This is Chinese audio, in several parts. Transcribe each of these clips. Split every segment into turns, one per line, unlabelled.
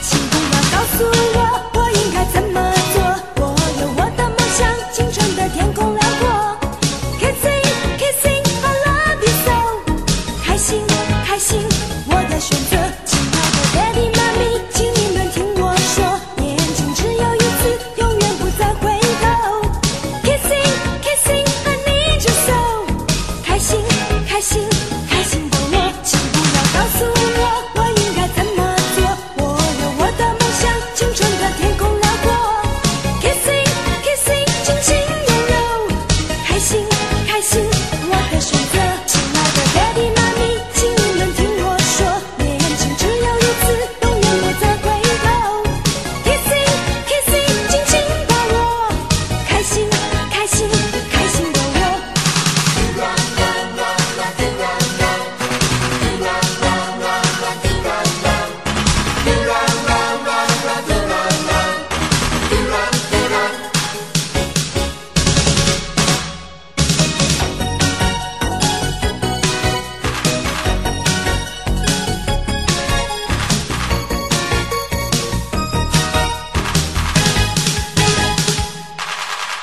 请不要告诉我我应该怎么做，我有我的梦想，青春的天空辽阔。Kissing, kissing, I love you so，开心，开心，我的选择。亲爱的 Daddy, Mommy，请你们听我说，年轻只有一次，永远不再回头。Kissing, kissing, I need you so，开心，开心，开心的我，请不要告诉我我应该怎么做，我有我的梦想，青春的天空辽阔。Kissing, kissing，轻轻温柔，开心，开心，我的选择。亲爱的 Daddy、Mommy，请你们听我说，年轻只有一次，永远莫再回头。Kissing, kissing，紧紧抱我，开心，开心，开心的我。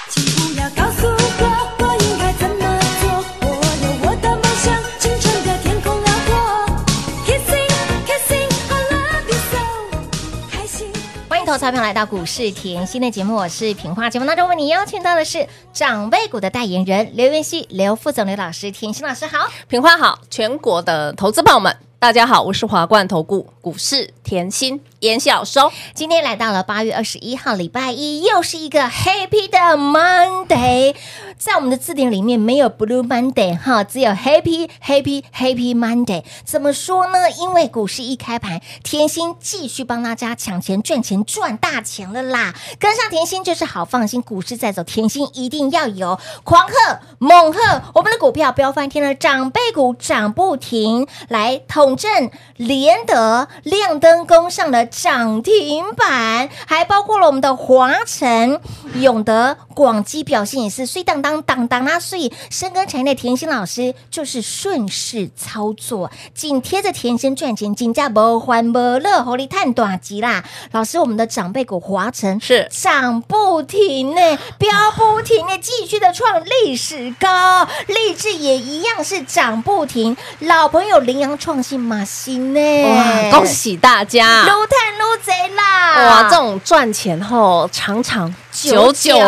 请不要告诉我我应该怎么做，我有我的梦想，青春的天空啊辽阔。Kissing, kissing, I love you so，开心。
欢迎投资朋友来到股市甜心的节目，我是平花。节目当中为你邀请到的是长辈股的代言人刘元熙、刘副总、刘老师、甜心老师好。
平花好，全国的投资朋友们，大家好，我是华冠投顾股市甜心严小收。
今天来到了八月二十一号，礼拜一，又是一个 Happy 的 Monday。在我们的字典里面没有 Blue Monday 哈，只有 Happy Happy Happy Monday。怎么说呢？因为股市一开盘，甜心继续帮大家抢钱、赚钱、赚大钱了啦！跟上甜心就是好放心，股市在走，甜心一定要有狂贺、猛贺，我们的股票飙翻天了，长辈股涨不停，来统证联德亮灯攻上了涨停板，还包括了我们的华晨、永德、广基表现也是碎当当当当啦，所以深耕产业的甜心老师就是顺势操作，紧贴着甜心赚钱，金价不还不乐，红利探短极啦。老师，我们的长辈股华晨
是
涨不停呢、飙不停呢、继续的创历史高。励志也一样是涨不停，老朋友羚羊创新马新呢、
哇，恭喜大家！
撸探撸贼啦！
哇，这种赚钱后长长久
久
久
久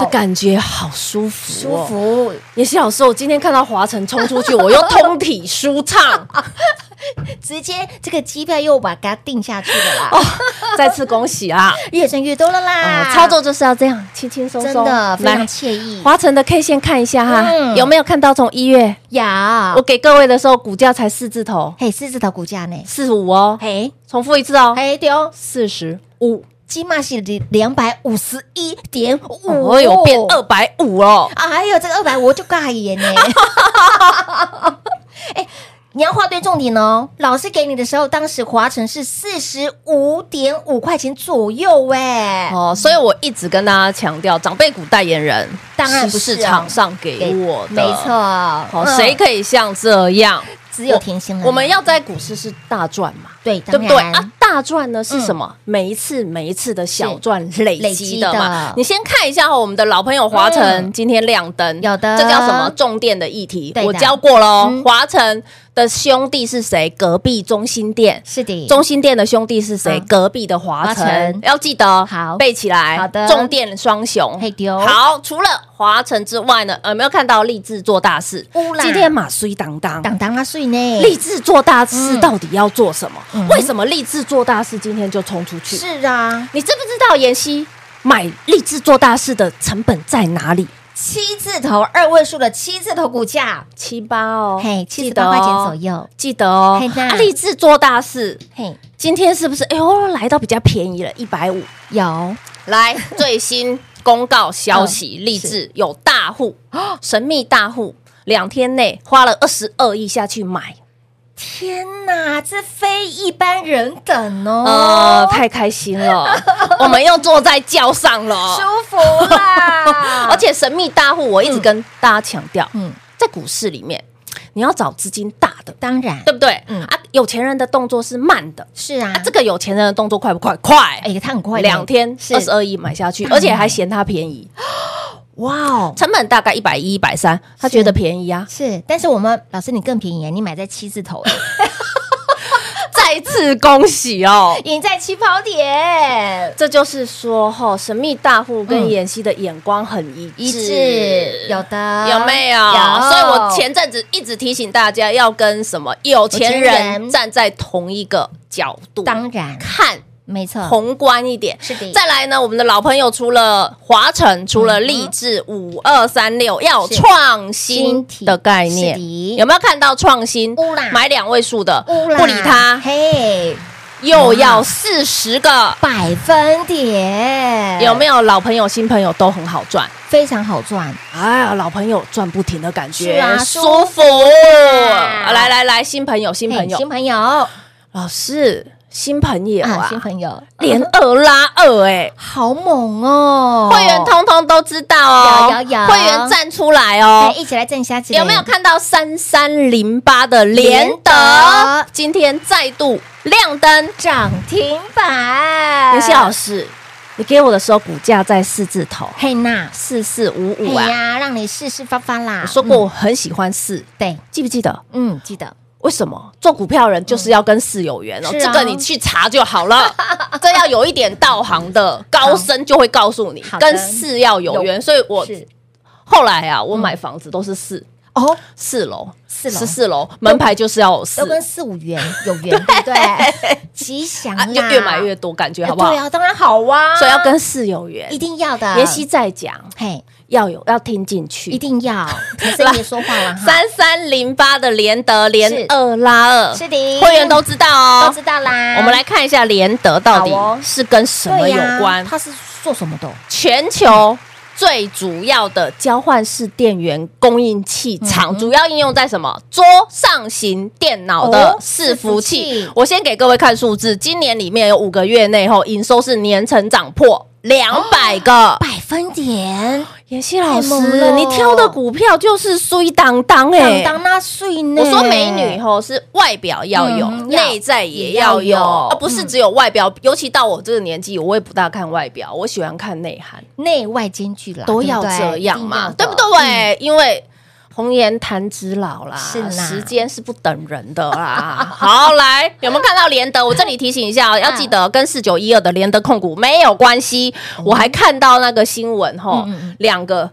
的感觉好舒服、
舒
哦，。
服，
也是老师，我今天看到华晨冲出去，我又通体舒畅
直接这个机票又把它定下去了啦，
哦，再次恭喜啊！
越赚越多了啦，
啊，操作就是要这样轻轻松
真
松，
的非常
来。
惬意。
华晨的 K 线看一下哈，
嗯
有没有看到从一月
呀
我，给各位的时候，股价才四字头，
嘿，四字头股价呢？
四五哦，
嘿，
重复一次哦，
嘿，对哦，
四十五，
金马是两百五十一点五，
我哦有变二。百五哦，
哎呦，这个二百我就尬眼 呢。哎，你要划对重点哦。老师给你的时候，当时华晨是四十五点五块钱左右，哎喂，
哦，所以我一直跟大家强调，长辈股代言人
当然不是啊
市场上给
给
我的，
没错。
好，
嗯
谁可以像这样？
只有甜心了
我我们要在股市是大赚嘛，
对，
对
嗯当
不对
然嗯
啊？大赚呢是什么？每一次每一次的小赚累
累
积
积
的嘛
的。
你先看一下哦我们的老朋友华晨
嗯
今天亮灯，
有的
这叫什么重电的议题？
对的
我教过喽
嗯。
华晨的兄弟是谁？隔壁中心店。
是的，
中心店的兄弟是谁？
嗯
隔壁的华
华
晨
晨，
要记得哦
好
背起来。
好的
重电双雄
嘿丢
好，除了华晨之外呢，呃，有没有看到立志做大事
乌？啦
今天马虽当当，
当当啊碎呢，
立志做大事
嗯
到底要做什么？
嗯
为什么立志做大事今天就冲出去？
是啊，
你知不知道妍希买立志做大事的成本在哪里？
七字头二位数的七字头股价，
七八哦，
嘿，七
记
十
得
八
哦
块钱左，右，
记得哦
嘿。那
啊立志做大事，
嘿，
今天是不是？哎呦，来到比较便宜了，一百五。
有
来，最新公告消息，励志有大户， 神秘大户，两天内花了二十二亿下去买，
天哪，这非一般人等
呃，
哦，
太开心 了，我们又坐在轿上了。
舒服啦
哦 ，而且神秘大户，我一直跟大家强调，
啊嗯，
在股市里面，你要找资金大的，
当然
对不对？
嗯
啊，有钱人的动作是慢的，
是啊
啊，，这个有钱人的动作快不快？快，
哎，他很快呢，
两天
是
二十二亿买下去，而且还嫌它便 宜，
哇哦。
成本大概一百一、一百三，他
是
觉得便宜啊。
是，但是我们老师你更便宜啊，你买在七字头，哎
再次恭喜哦！
赢在起跑点，
这就是说哈、神秘大户跟
嗯
妍希的眼光很一致，
一致有的
有没有？
有，
所以我前阵子一直提醒大家要跟什么有钱
有钱
人
人
站在同一个角度，
当然
看
没错，
宏观一点。
是的，
再来呢，嗯我们的老朋友除了华晨，除了励志五二三六，要有
是
创新
新体
嗯的概
是
念。
的
有没有看到创新
乌啦？
买两位数的，
乌啦
不理他，
嘿，
又要四十个，
百分点
有没有老朋友、新朋友都很好赚？
非常好赚？
哎呀，老朋友赚不停的感觉，
是啊
舒
舒服
服。
啊
来来来，新朋友、新朋
嘿
友
新，朋友啊，
老师，新朋友啊，
新朋友，
连二拉二，哎，
好猛哦！
会员通通都知道哦，
有有有
会员站出来
来
哦。
一起来挣一下，
有没有？看到三三零八的联
联德
德今天再度亮灯？
涨停板，
妍希老师，你给我的时候股价在四字头，
嘿娜，
四四五
哎
五啊。
呀，让你试试发发啦。
我说过
嗯
我很喜欢四，
对，
记不记得？
嗯，记得
为什么做股票人就是要跟四有缘哦？
是啊
这个你去查就 好了。这要有一点道行的高僧就会告诉你
好，的
跟四要有缘。
有
所以我
是
后来啊，我买房子都是四
哦，
四楼，
四楼
十四楼门牌就是要有四
都，跟四五元有 缘，对不对？吉祥
啊
啦，
越越买越多，感觉好不好
对？啊，当然好啊，
所以要跟四有缘
一。定要的。
妍希在讲
嘿，
要有要听进去，
一定 要，可是也说话了哈。
三三零八的联德
是
连二拉二，
是的
会员都知道哦，
都知道啦。
我们来看一下联德到底
啊好哦
是跟什么
对
有
呀
关？哦
它是做什么的？
全球最主要的交换式电源供应器
嗯
厂，主要应用在什么？桌上型电脑的
哦
伺服
伺服
器
器。
我先给各位看数字，今年里面有五个月内后营收是年成长破两百个。
百分点，
妍希老
太猛了
师，你挑的股票就是衰当当哎
当。当那税呢？
我说美女吼是外表要有，
嗯要
内在也要
也
有，
要有嗯
而不是只有外表。尤其到我这个年纪，我也不大看外表，我喜欢看内涵，
内外兼具啦，
都
啊
要
对不对
这样嘛，对不？
一定要的嗯
对？因为红颜谈之老啦，
是啦
时间是不等人的啦。好，来有没有看到联德？我这里提醒一下哦，要记
嗯
得跟四九一二的联德控股没有关系。我还看到那个新闻吼
嗯嗯嗯，
两个。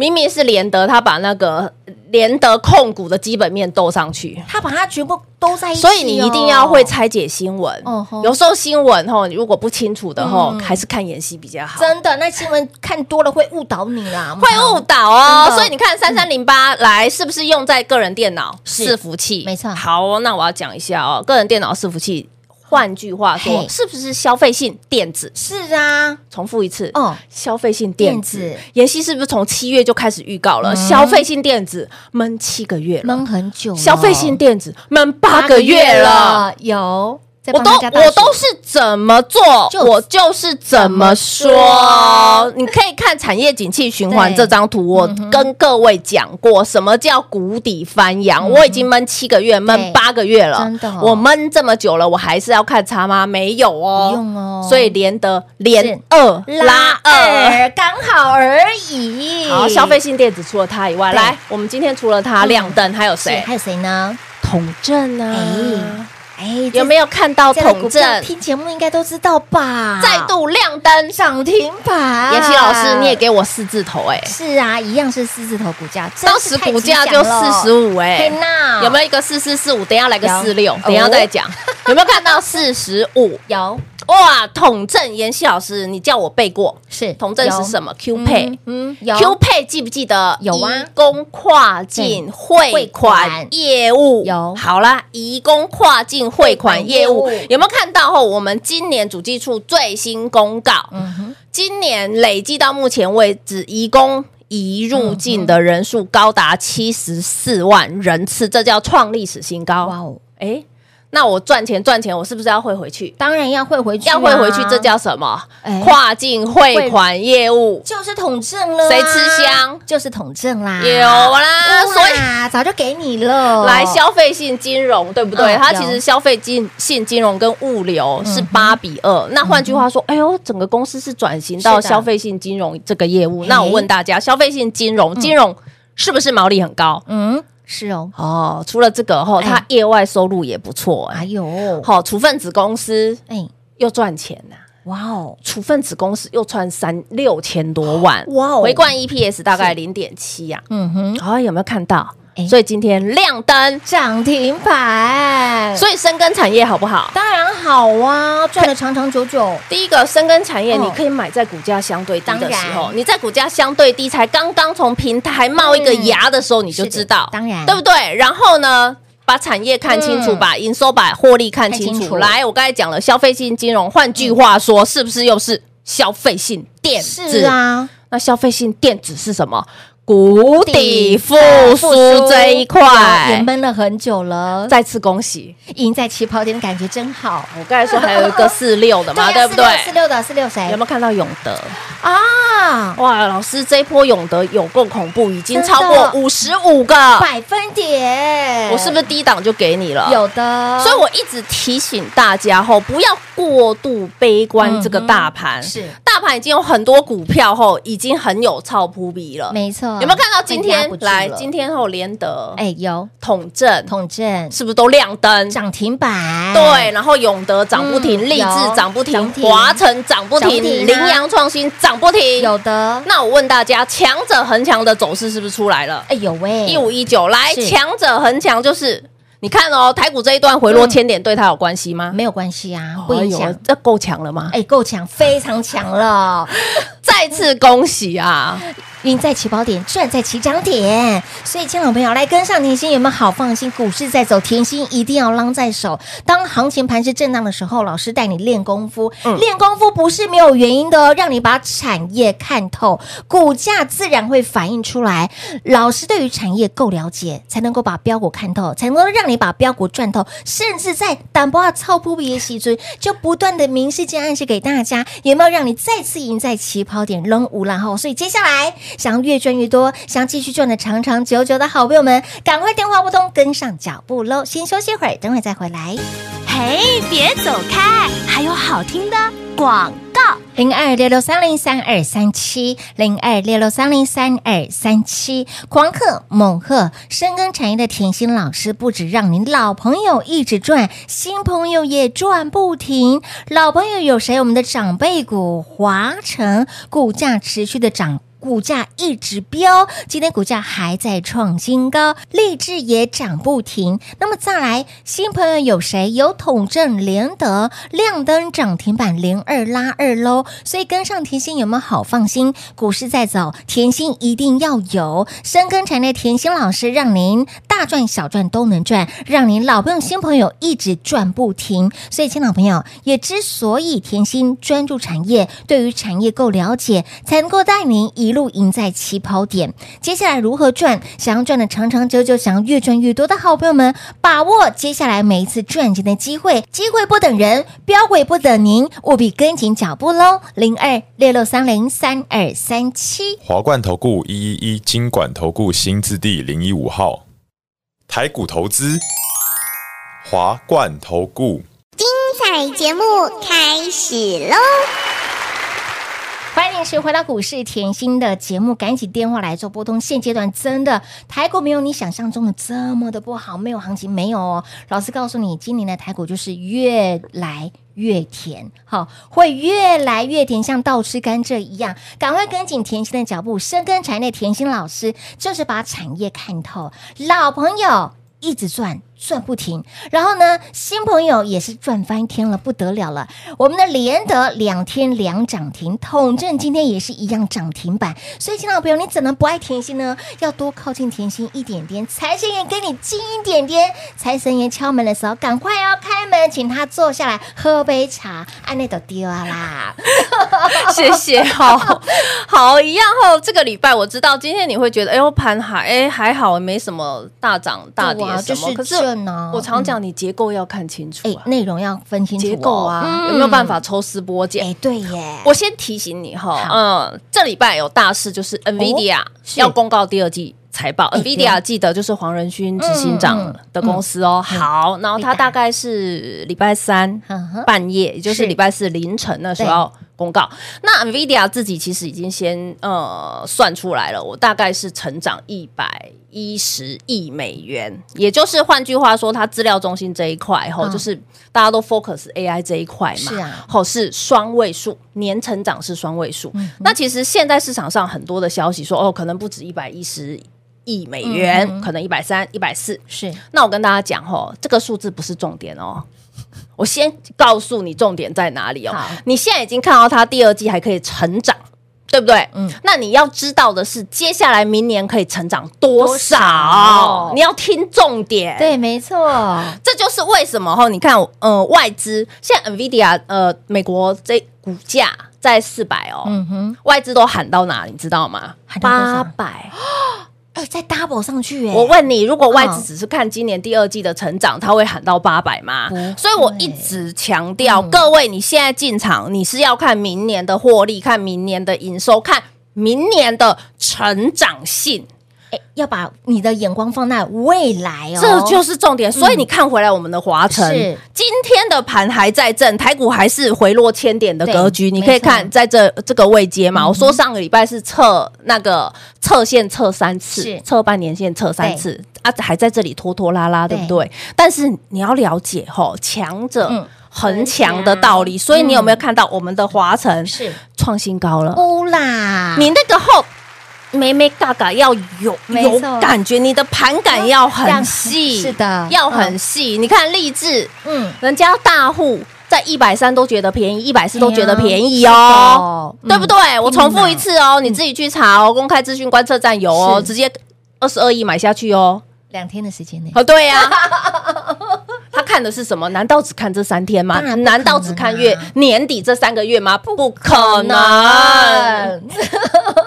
明明是联德，他把那个联德控股的基本面斗上去，
他把它全部都在一起哦，
所以你一定要会拆解新闻
哦吼。
有时候新闻吼，你如果不清楚的吼，
嗯
还是看演戏比较好，
真的，那新闻看多了会误导你啦，
会误导哦
真。的
所以你看三三零八来是不是用在个人电脑
是
伺服器？
嗯没错
好哦，那我要讲一下哦，个人电脑伺服器。换句话说，
嘿
是不是消费性电子？
是啊，
重复一次，
哦
消费性电子
电子。嗯
妍希是不是从七月就开始预告了？消费性电子闷七个月了
闷，很久了，
消费性电子闷八个月了。，
有，在
我
帮
都
大家倒数
我都是怎么做，
就
我就是怎么
怎么
说
说。
你可以看产业景气循环
对
这张图，我跟各位讲过，什么叫谷底翻扬。我已经闷七个月，闷
嗯对
八个月了，
真的哦
我闷这么久了，我还是要看差吗？没有哦，
不用哦
所以连得连
是
二
拉
拉二。
二，刚好而已。
好，消费性电子除了它以外，
对
来，我们今天除了它，
嗯
亮灯还有
是
谁？
还有谁呢？
统正啊
哎，哎，
有没有看到
这种股
统
票
正
听节目应该都知道吧？
再度亮灯？
涨停板，
妍希老师，你也给我四字头哎、
是啊，一样是四字头股价，
当时股价就四十
五，
五哎
天，呐，
有没有一个四四四五？等一下来个
有
四六
哦，
等一下再讲。有没有看到四十五？
有
哇，统正妍希老师，你叫我背过
是
统正是什
么
么？Q 配。
嗯，有
Q 配记不记得？
有啊
移工跨境汇款业务
有
好啦，移工跨境汇款业
汇
务
款业务
有没有看到？后我们今年主计处最新公告，
嗯哼，
今年累计到目前为止，移工移入境的人数高达七十四万人次，这叫创历史新高。
哇哦，
哎，那我赚钱赚钱，我是不是要汇回去？
当然要汇回去啊，
要汇回去，这叫什么
哎？
跨境汇款业务
就是统政了啊，
谁吃香
就是统政啦，
有啦，
啊哇
所以。
早就给你了，
来消费性金融，对不对？
哦嗯
它
有
其实消费金性金融跟物流是八比二。那换句话说，哎呦，整个公司是转型到
嗯是的
消费性金融这个业务。
嘿
那我问大家，消费性金融，金融是不是毛利很高？
嗯，是哦，
哦，除了这个后，它
哎
业外收入也不错。
哎
哎，
呦，
好，处分子公司
哎，
又赚钱呐。
哇哦，
处分子公司又赚三六千多万，
哇哦
回冠 EPS 大概零点七呀。
嗯哼，
好、有没有看到？
哎
所以今天亮灯，
涨停板，
所以深耕产业好不好？
当然好啊，赚的长长久久，
第一个深耕产业，
嗯
你可以买在股价相对低的
当然
时候，你在股价相对低，才刚刚从平台冒一个芽的时候，你就是
的
知道，
当然
对不对？然后呢，把产业看清楚，
嗯
把营收、把获利看清
看
楚。
清楚
来，我刚才讲了消费性金融，换句话说，是不是又是消费性电子？
是啊，
那消费性电子是什么？谷底复苏这一
也
块，
闷了很久了，
再次恭喜！
赢在起跑点的感觉真好，啊
我刚才说还有一个四六的嘛，对不对？
四六的四六谁？
有没有看到永德？
啊？
哇，老师这一波永德有够恐怖，已经
真的
超过五十五个，
百分点，
我是不是低档就给你了？。
有啊的？
所以我一直提醒大家吼，不要过度悲观这个大盘。
嗯是
大盘已经有很多股票吼，已经很有超扑比了。
没错，
有没有看到今天来？今
天
天后联德、
哎有
统正
统证
是不是都亮灯？
涨停板，
对，，然后永德涨不停，
嗯
立
有
志涨不
涨
停，
停
华晨涨不
涨不
停，
停啊
羚羊创新涨不停。
有的，
那我问大家，强者恒强的走势是不是出来了？
哎有喂，
一五一九，来，
是
强者恒强就是你看哦，台股这一段回落千点对它有关系吗？
没有关系啊，不影
哎呦
响。
这够强了吗？
哎，够强，非常强了！
再次恭喜啊！
赢在起跑点，赚在起涨点。所以，亲爱的朋友，来跟上甜心有没有好放心？股市在走，甜心一定要浪在手。当行情盘是震荡的时候，老师带你练功夫，练功夫不是没有原因的哦，让你把产业看透，股价自然会反映出来。老师对于产业够了解，才能够把标股看透，才能够让你把标股赚透，甚至在淡薄啊操扑比的时阵，就不断的明示见暗示给大家，有没有让你再次赢在起跑点扔五然后？所以接下来想要越赚越多，想要继续赚的长长久久的好朋友们，赶快电话拨通，跟上脚步喽！先休息会儿，等会再回来。
嘿，别走开，还有好听的广告。
零二六六三零三二三七，零二六六三零三二三七，狂贺猛贺！深耕产业的甜心老师，不止让您老朋友一直赚，新朋友也赚不停。老朋友有谁？我们的长辈股华晨，股价持续的涨。股价一直飙，今天股价还在创新高，励志也涨不停。那么再来，新朋友有谁？有统正、联德亮灯涨停板零二拉二喽。所以跟上甜心有没有好放心？股市在走，甜心一定要有。深耕产业的甜心老师，让您大赚小赚都能赚，让您老朋友、新朋友一直赚不停。所以，亲老朋友，也之所以甜心专注产业，对于产业够了解，才能够带您一路赢在起跑点。接下来如何赚？想要赚的长长久久，想要越赚越多的好朋友们，把握接下来每一次赚钱的机会，机会不等人，标轨不等您，务必跟紧脚步喽！零二六六三零三二三七，
华冠投顾一一一金管投顾新字第零一五号，台股投资，华冠投顾。
彩节目开始喽！
欢迎是回到股市甜心的节目，赶紧电话来做拨通。现阶段真的台股没有你想象中的这么的不好，没有行情，没有哦。老师告诉你，今年的台股就是越来。越甜，好、会越来越甜，像倒吃甘蔗一样。赶快跟紧甜心的脚步，深耕产业的甜心老师就是把产业看透，老朋友一直赚，赚不停。然后呢，新朋友也是赚翻天了，不得了了。我们的联德两天两涨停，统正今天也是一样涨停板。所以，亲爱的朋友，你怎能不爱甜心呢？要多靠近甜心一点点，财神爷跟你近一点点。财神爷敲门的时候，赶快要开门，请他坐下来喝杯茶，按那都丢啊啦。
谢谢，哦好 好一样哦。这个礼拜我知道，今天你会觉得，哎呦盘还哎还好，没什么大涨大跌
对啊就
什么。
是
可是
震啊
我常讲，你结构要看嗯清楚
哎、
啊，
内容要分清楚、哦、
结构啊，有没有办法抽丝剥茧
哎、？对耶，
我先提醒你哈，
好哦
嗯，这礼拜有大事，就是 NVIDIA、
是
要公告第二季财报。
哎
NVIDIA 记得就是黄仁勋执行
嗯
长
嗯
的公司哦。
嗯
好，然后他大概是礼拜三
嗯哼
半夜，也就是
是
礼拜四凌晨那时候要公告。那 NVIDIA 自己其实已经先呃算出来了，我大概是成长一百。一十亿美元，也就是换句话说，它资料中心这一块，吼、
嗯
就是大家都 focus AI 这一块嘛，
是啊嗯
吼是双位数，年成长是双位数。那其实现在市场上很多的消息说，哦，可能不止一百一十亿美元，
嗯
可能一百三、一百四。
是
那我跟大家讲吼，这个数字不是重点哦。我先告诉你重点在哪里哦
好。
你现在已经看到它第二季还可以成长，对不对？嗯。那你要知道的是，接下来明年可以成长多少？
多少
你要听重点。
对，没错，
这就是为什么哈，你看，呃，外资现在 Nvidia 呃，美国这股价在四百哦，
嗯哼，
外资都喊到哪，你知道吗
喊？到多少
八百。
哎、再 double 上去耶，
我问你，如果外资
嗯
只是看今年第二季的成长，它会喊到八百吗
不会？嗯
所以我一直强调，各位，你现在进场，你是要看明年的获利，看明年的营收，看明年的成长性。
哎要把你的眼光放在未来哦，
这就是重点。所以你看回来我们的华晨，
是
今天的盘还在震，台股还是回落千点的格
对
局。你可以
没
看
错嗯
在这这个位阶嘛，我说上个礼拜是测那个测线测三次
是，
测半年线测三次啊，还在这里拖拖拉拉，对不对？但是你要了解吼，强
嗯哦
者恒强的道理。所以你有没有看到我们的华晨
是
创新高了？
欧啦，
你那个后。妹妹嘎嘎要有
没
有
错
感觉，你的盘感要
要
很细，
是的
要很细。你看励志，
嗯，
人家大户在一百三都觉得便宜，一百四都觉得便宜
哎呀
哦，
是的嗯嗯
对不对？我重复一次哦，你自己去查哦，公开资讯观测站有哦，
是
直接二十二亿买下去哦。
两天的时间内，
哦，对呀、 他看的是什么？难道只看这三天吗？
当然不可能啊
难道只看月年底这三个月吗？不可能。
嗯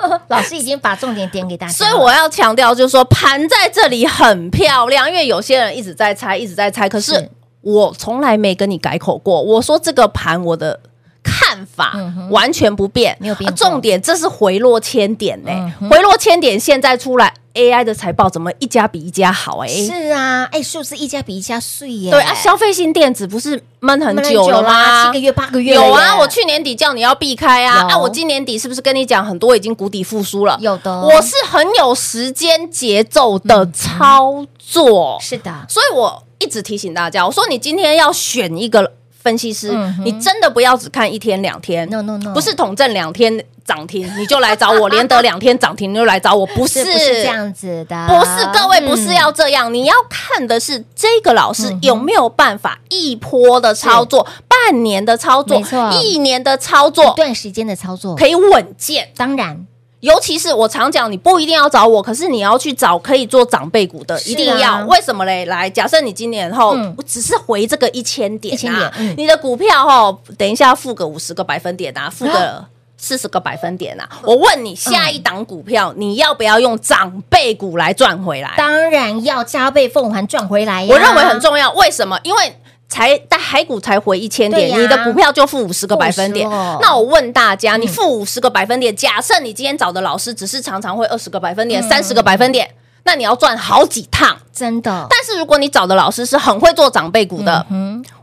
老师已经把重点点给大家了，
所以我要强调，就是说盘在这里很漂亮，因为有些人一直在猜，一直在猜，可
是
是我从来没跟你改口过。我说这个盘我的看法
嗯哼
完全不变，
没有变嗯
啊
过
重点这是回落千点呢、回落千点现在出来 AI 的财报怎么一家比一家好哎、
是啊，哎、数字一家比一家碎耶，
对啊，消费性电子不是闷很
闷
久了吗？
七个月八个月了耶
有啊，我去年底叫你要避开啊
有，
啊，我今年底是不是跟你讲很多已经谷底复苏了？
有的
我是很有时间节奏的操作，
嗯是的，
所以我一直提醒大家，我说你今天要选一个分析师
嗯，哼
你真的不要只看一天两天
No, no, no
不是统正两天涨停你就来找我，连得两天涨停你就来找我，不是
这不是这样啊子的，
不是各位，不是
嗯
要这样，啊你要看的是这个老师有没有办法一波的操作、半年的操作
没错、
一年的操
一
作，
段时间的操作，
可以稳健。
当然
尤其是我常讲，你不一定要找我，可是你要去找可以做长辈股的，
是啊
一定要。为什么嘞？来，假设你今年后、
嗯
我只是回这个一千点
1000点
啊，
嗯
你的股票后等一下负个五十个百分点啊，负个。四十个百分点啊！我问你，下一档股票、你要不要用长辈股来赚回来？
当然要加倍奉还赚回哎来呀，
我认为很重要。为什么？因为才但海股才回一千
对呀
点，你的股票就负五十个
负
百分点。
50哦嗯
那我问大家，你负五十个百分点，假设你今天找的老师只是常常会二十个百分
嗯
点、三十个百分点，那你要赚好几趟。
真的，
但是如果你找的老师是很会做长辈股的，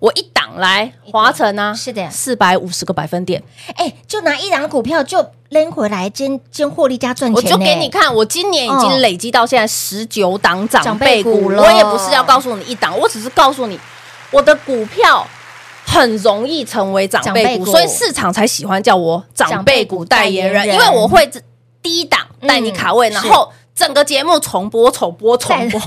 我一档来华晨啊，
嗯是的
四百五十个百分点，
哎，就拿一档股票就扔回来，兼兼获利加赚
我
钱呢，
就给你看，我今年已
哦
经累积到现在十九档嗯长辈
长辈股
股
了
了。我也不是要告诉你一档，我只是告诉你我的股票。很容易成为长
长
辈
辈
股，
股
所以市场才喜欢叫我长辈股代言人，
长辈
因
股代言人
为我会第一档带你卡位，
嗯
然后整个节目重播、重播、重播
再，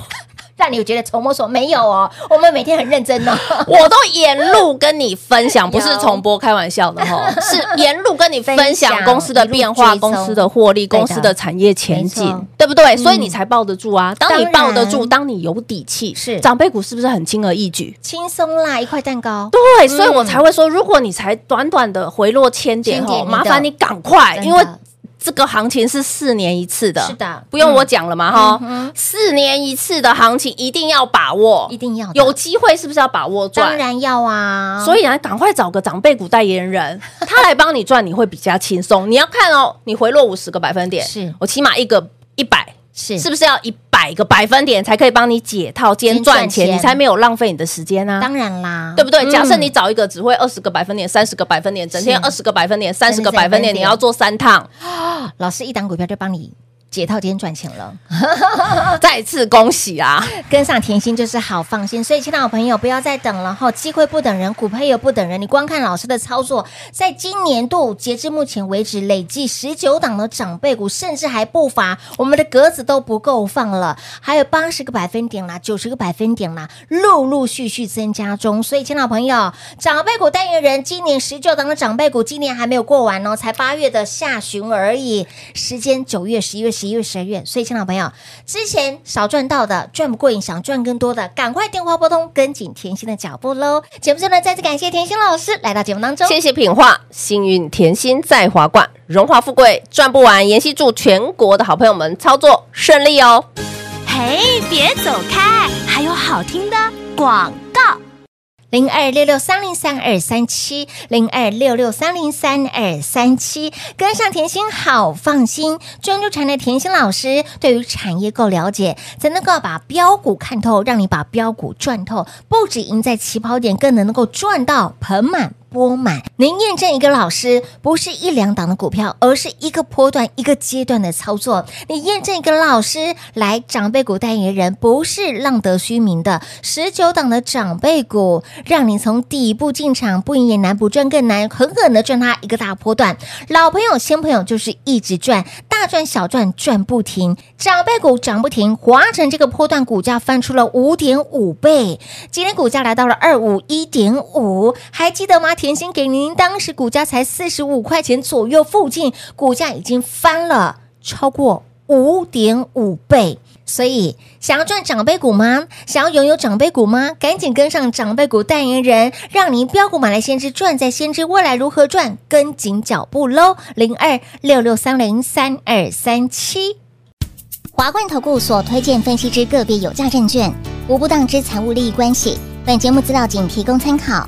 让你觉得筹摸索没有哦。我们每天很认 真哦。
我都沿路跟你分享，不是重播开玩笑的 哈，是沿路跟你分
分
享
享
公司的变化、
一路追踪
公司的获利、
对的
公司的产业前
没错，
景
嗯
对不对？所以你才抱得住啊。当你
当
抱
然
得住，当你有底气，
是
长辈股是不是很轻而易举？
轻松啦，一块蛋糕。
对，所以我才会说，如果你才短短的回落千
嗯
点
千点
哦，
你
麻
的
烦你赶快，
真的
因为这个行情是四年一次的，
是的
啊
嗯
不用我讲了嘛哈，四年一次的行情一定要把握，
一定要的
有机会是不是要把握
当
赚？
然要啊，
所以啊，赶快找个长辈股代言 人，他来帮你赚，你会比较轻松。你要看哦，你回落五十个百分点，
是
我起码一个一百，
是
是不是要一百个百分点才可以帮你解套兼
兼
赚
赚
钱？
钱
你才没有浪费你的时间啊。
当然啦，
对不对？
嗯
假设你找一个只会二十个百分点、三十个百分点，整天二十个百分点、三十个百
30个百
分
分
点，
点
你要做三趟。
老师一档股票就帮你解套，今天赚钱了。
再次恭喜啊！
跟上甜心就是好放心。所以，亲爱的朋友，不要再等了哈，机会不等人，股票也不等人。你光看老师的操作，在今年度截至目前为止，累计十九档的长辈股，甚至还不乏我们的格子都不够放了，还有八十个百分点啦，九十个百分点啦，陆陆续续增加中。所以，亲爱的朋友，长辈股代言人今年十九档的长辈股，今年还没有过完哦，才八月的下旬而已，时间九月、十一月、十一月、十二月。所以，亲爱的朋友，之前少赚到的、赚不过瘾、想赚更多的，赶快电话拨通，跟紧甜心的脚步喽。节目最后呢，再次感谢甜心老师来到节目当中。
谢谢品画，幸运甜心在华冠，荣华富贵赚不完。妍希祝全国的好朋友们操作顺利哦！
嘿，别走开，还有好听的广告。
零二六六三零三二三七，零二六六三零三二三七，跟上甜心好放心。专注产业的甜心老师对于产业够了解，才能够把标股看透，让你把标股赚透，不止赢在起跑点，更能够赚到盆满。钵满，您验证一个老师不是一两档的股票，而是一个波段、一个阶段的操作。你验证一个老师来长辈股代言人，不是浪得虚名的。十九档的长辈股，让你从底部进场，不赢也难，不赚更难，狠狠的赚它一个大波段。老朋友、新朋友就是一直赚，大赚小赚赚不停，长辈股涨不停。华晨这个波段股价翻出了五点五倍，今天股价来到了二五一点五，还记得吗？甜心给您当时股价才四十五块钱左右附近，股价已经翻了超过五点五倍。所以，想要赚长辈股吗？想要拥有长辈股吗？赶紧跟上长辈股代言人，让您标股买来先知，赚在先知，未来如何赚，跟紧脚步喽！零二六六三零三二三七。
华冠投顾所推荐分析之个别有价证券，无不当之财务利益关系。本节目资料仅提供参考，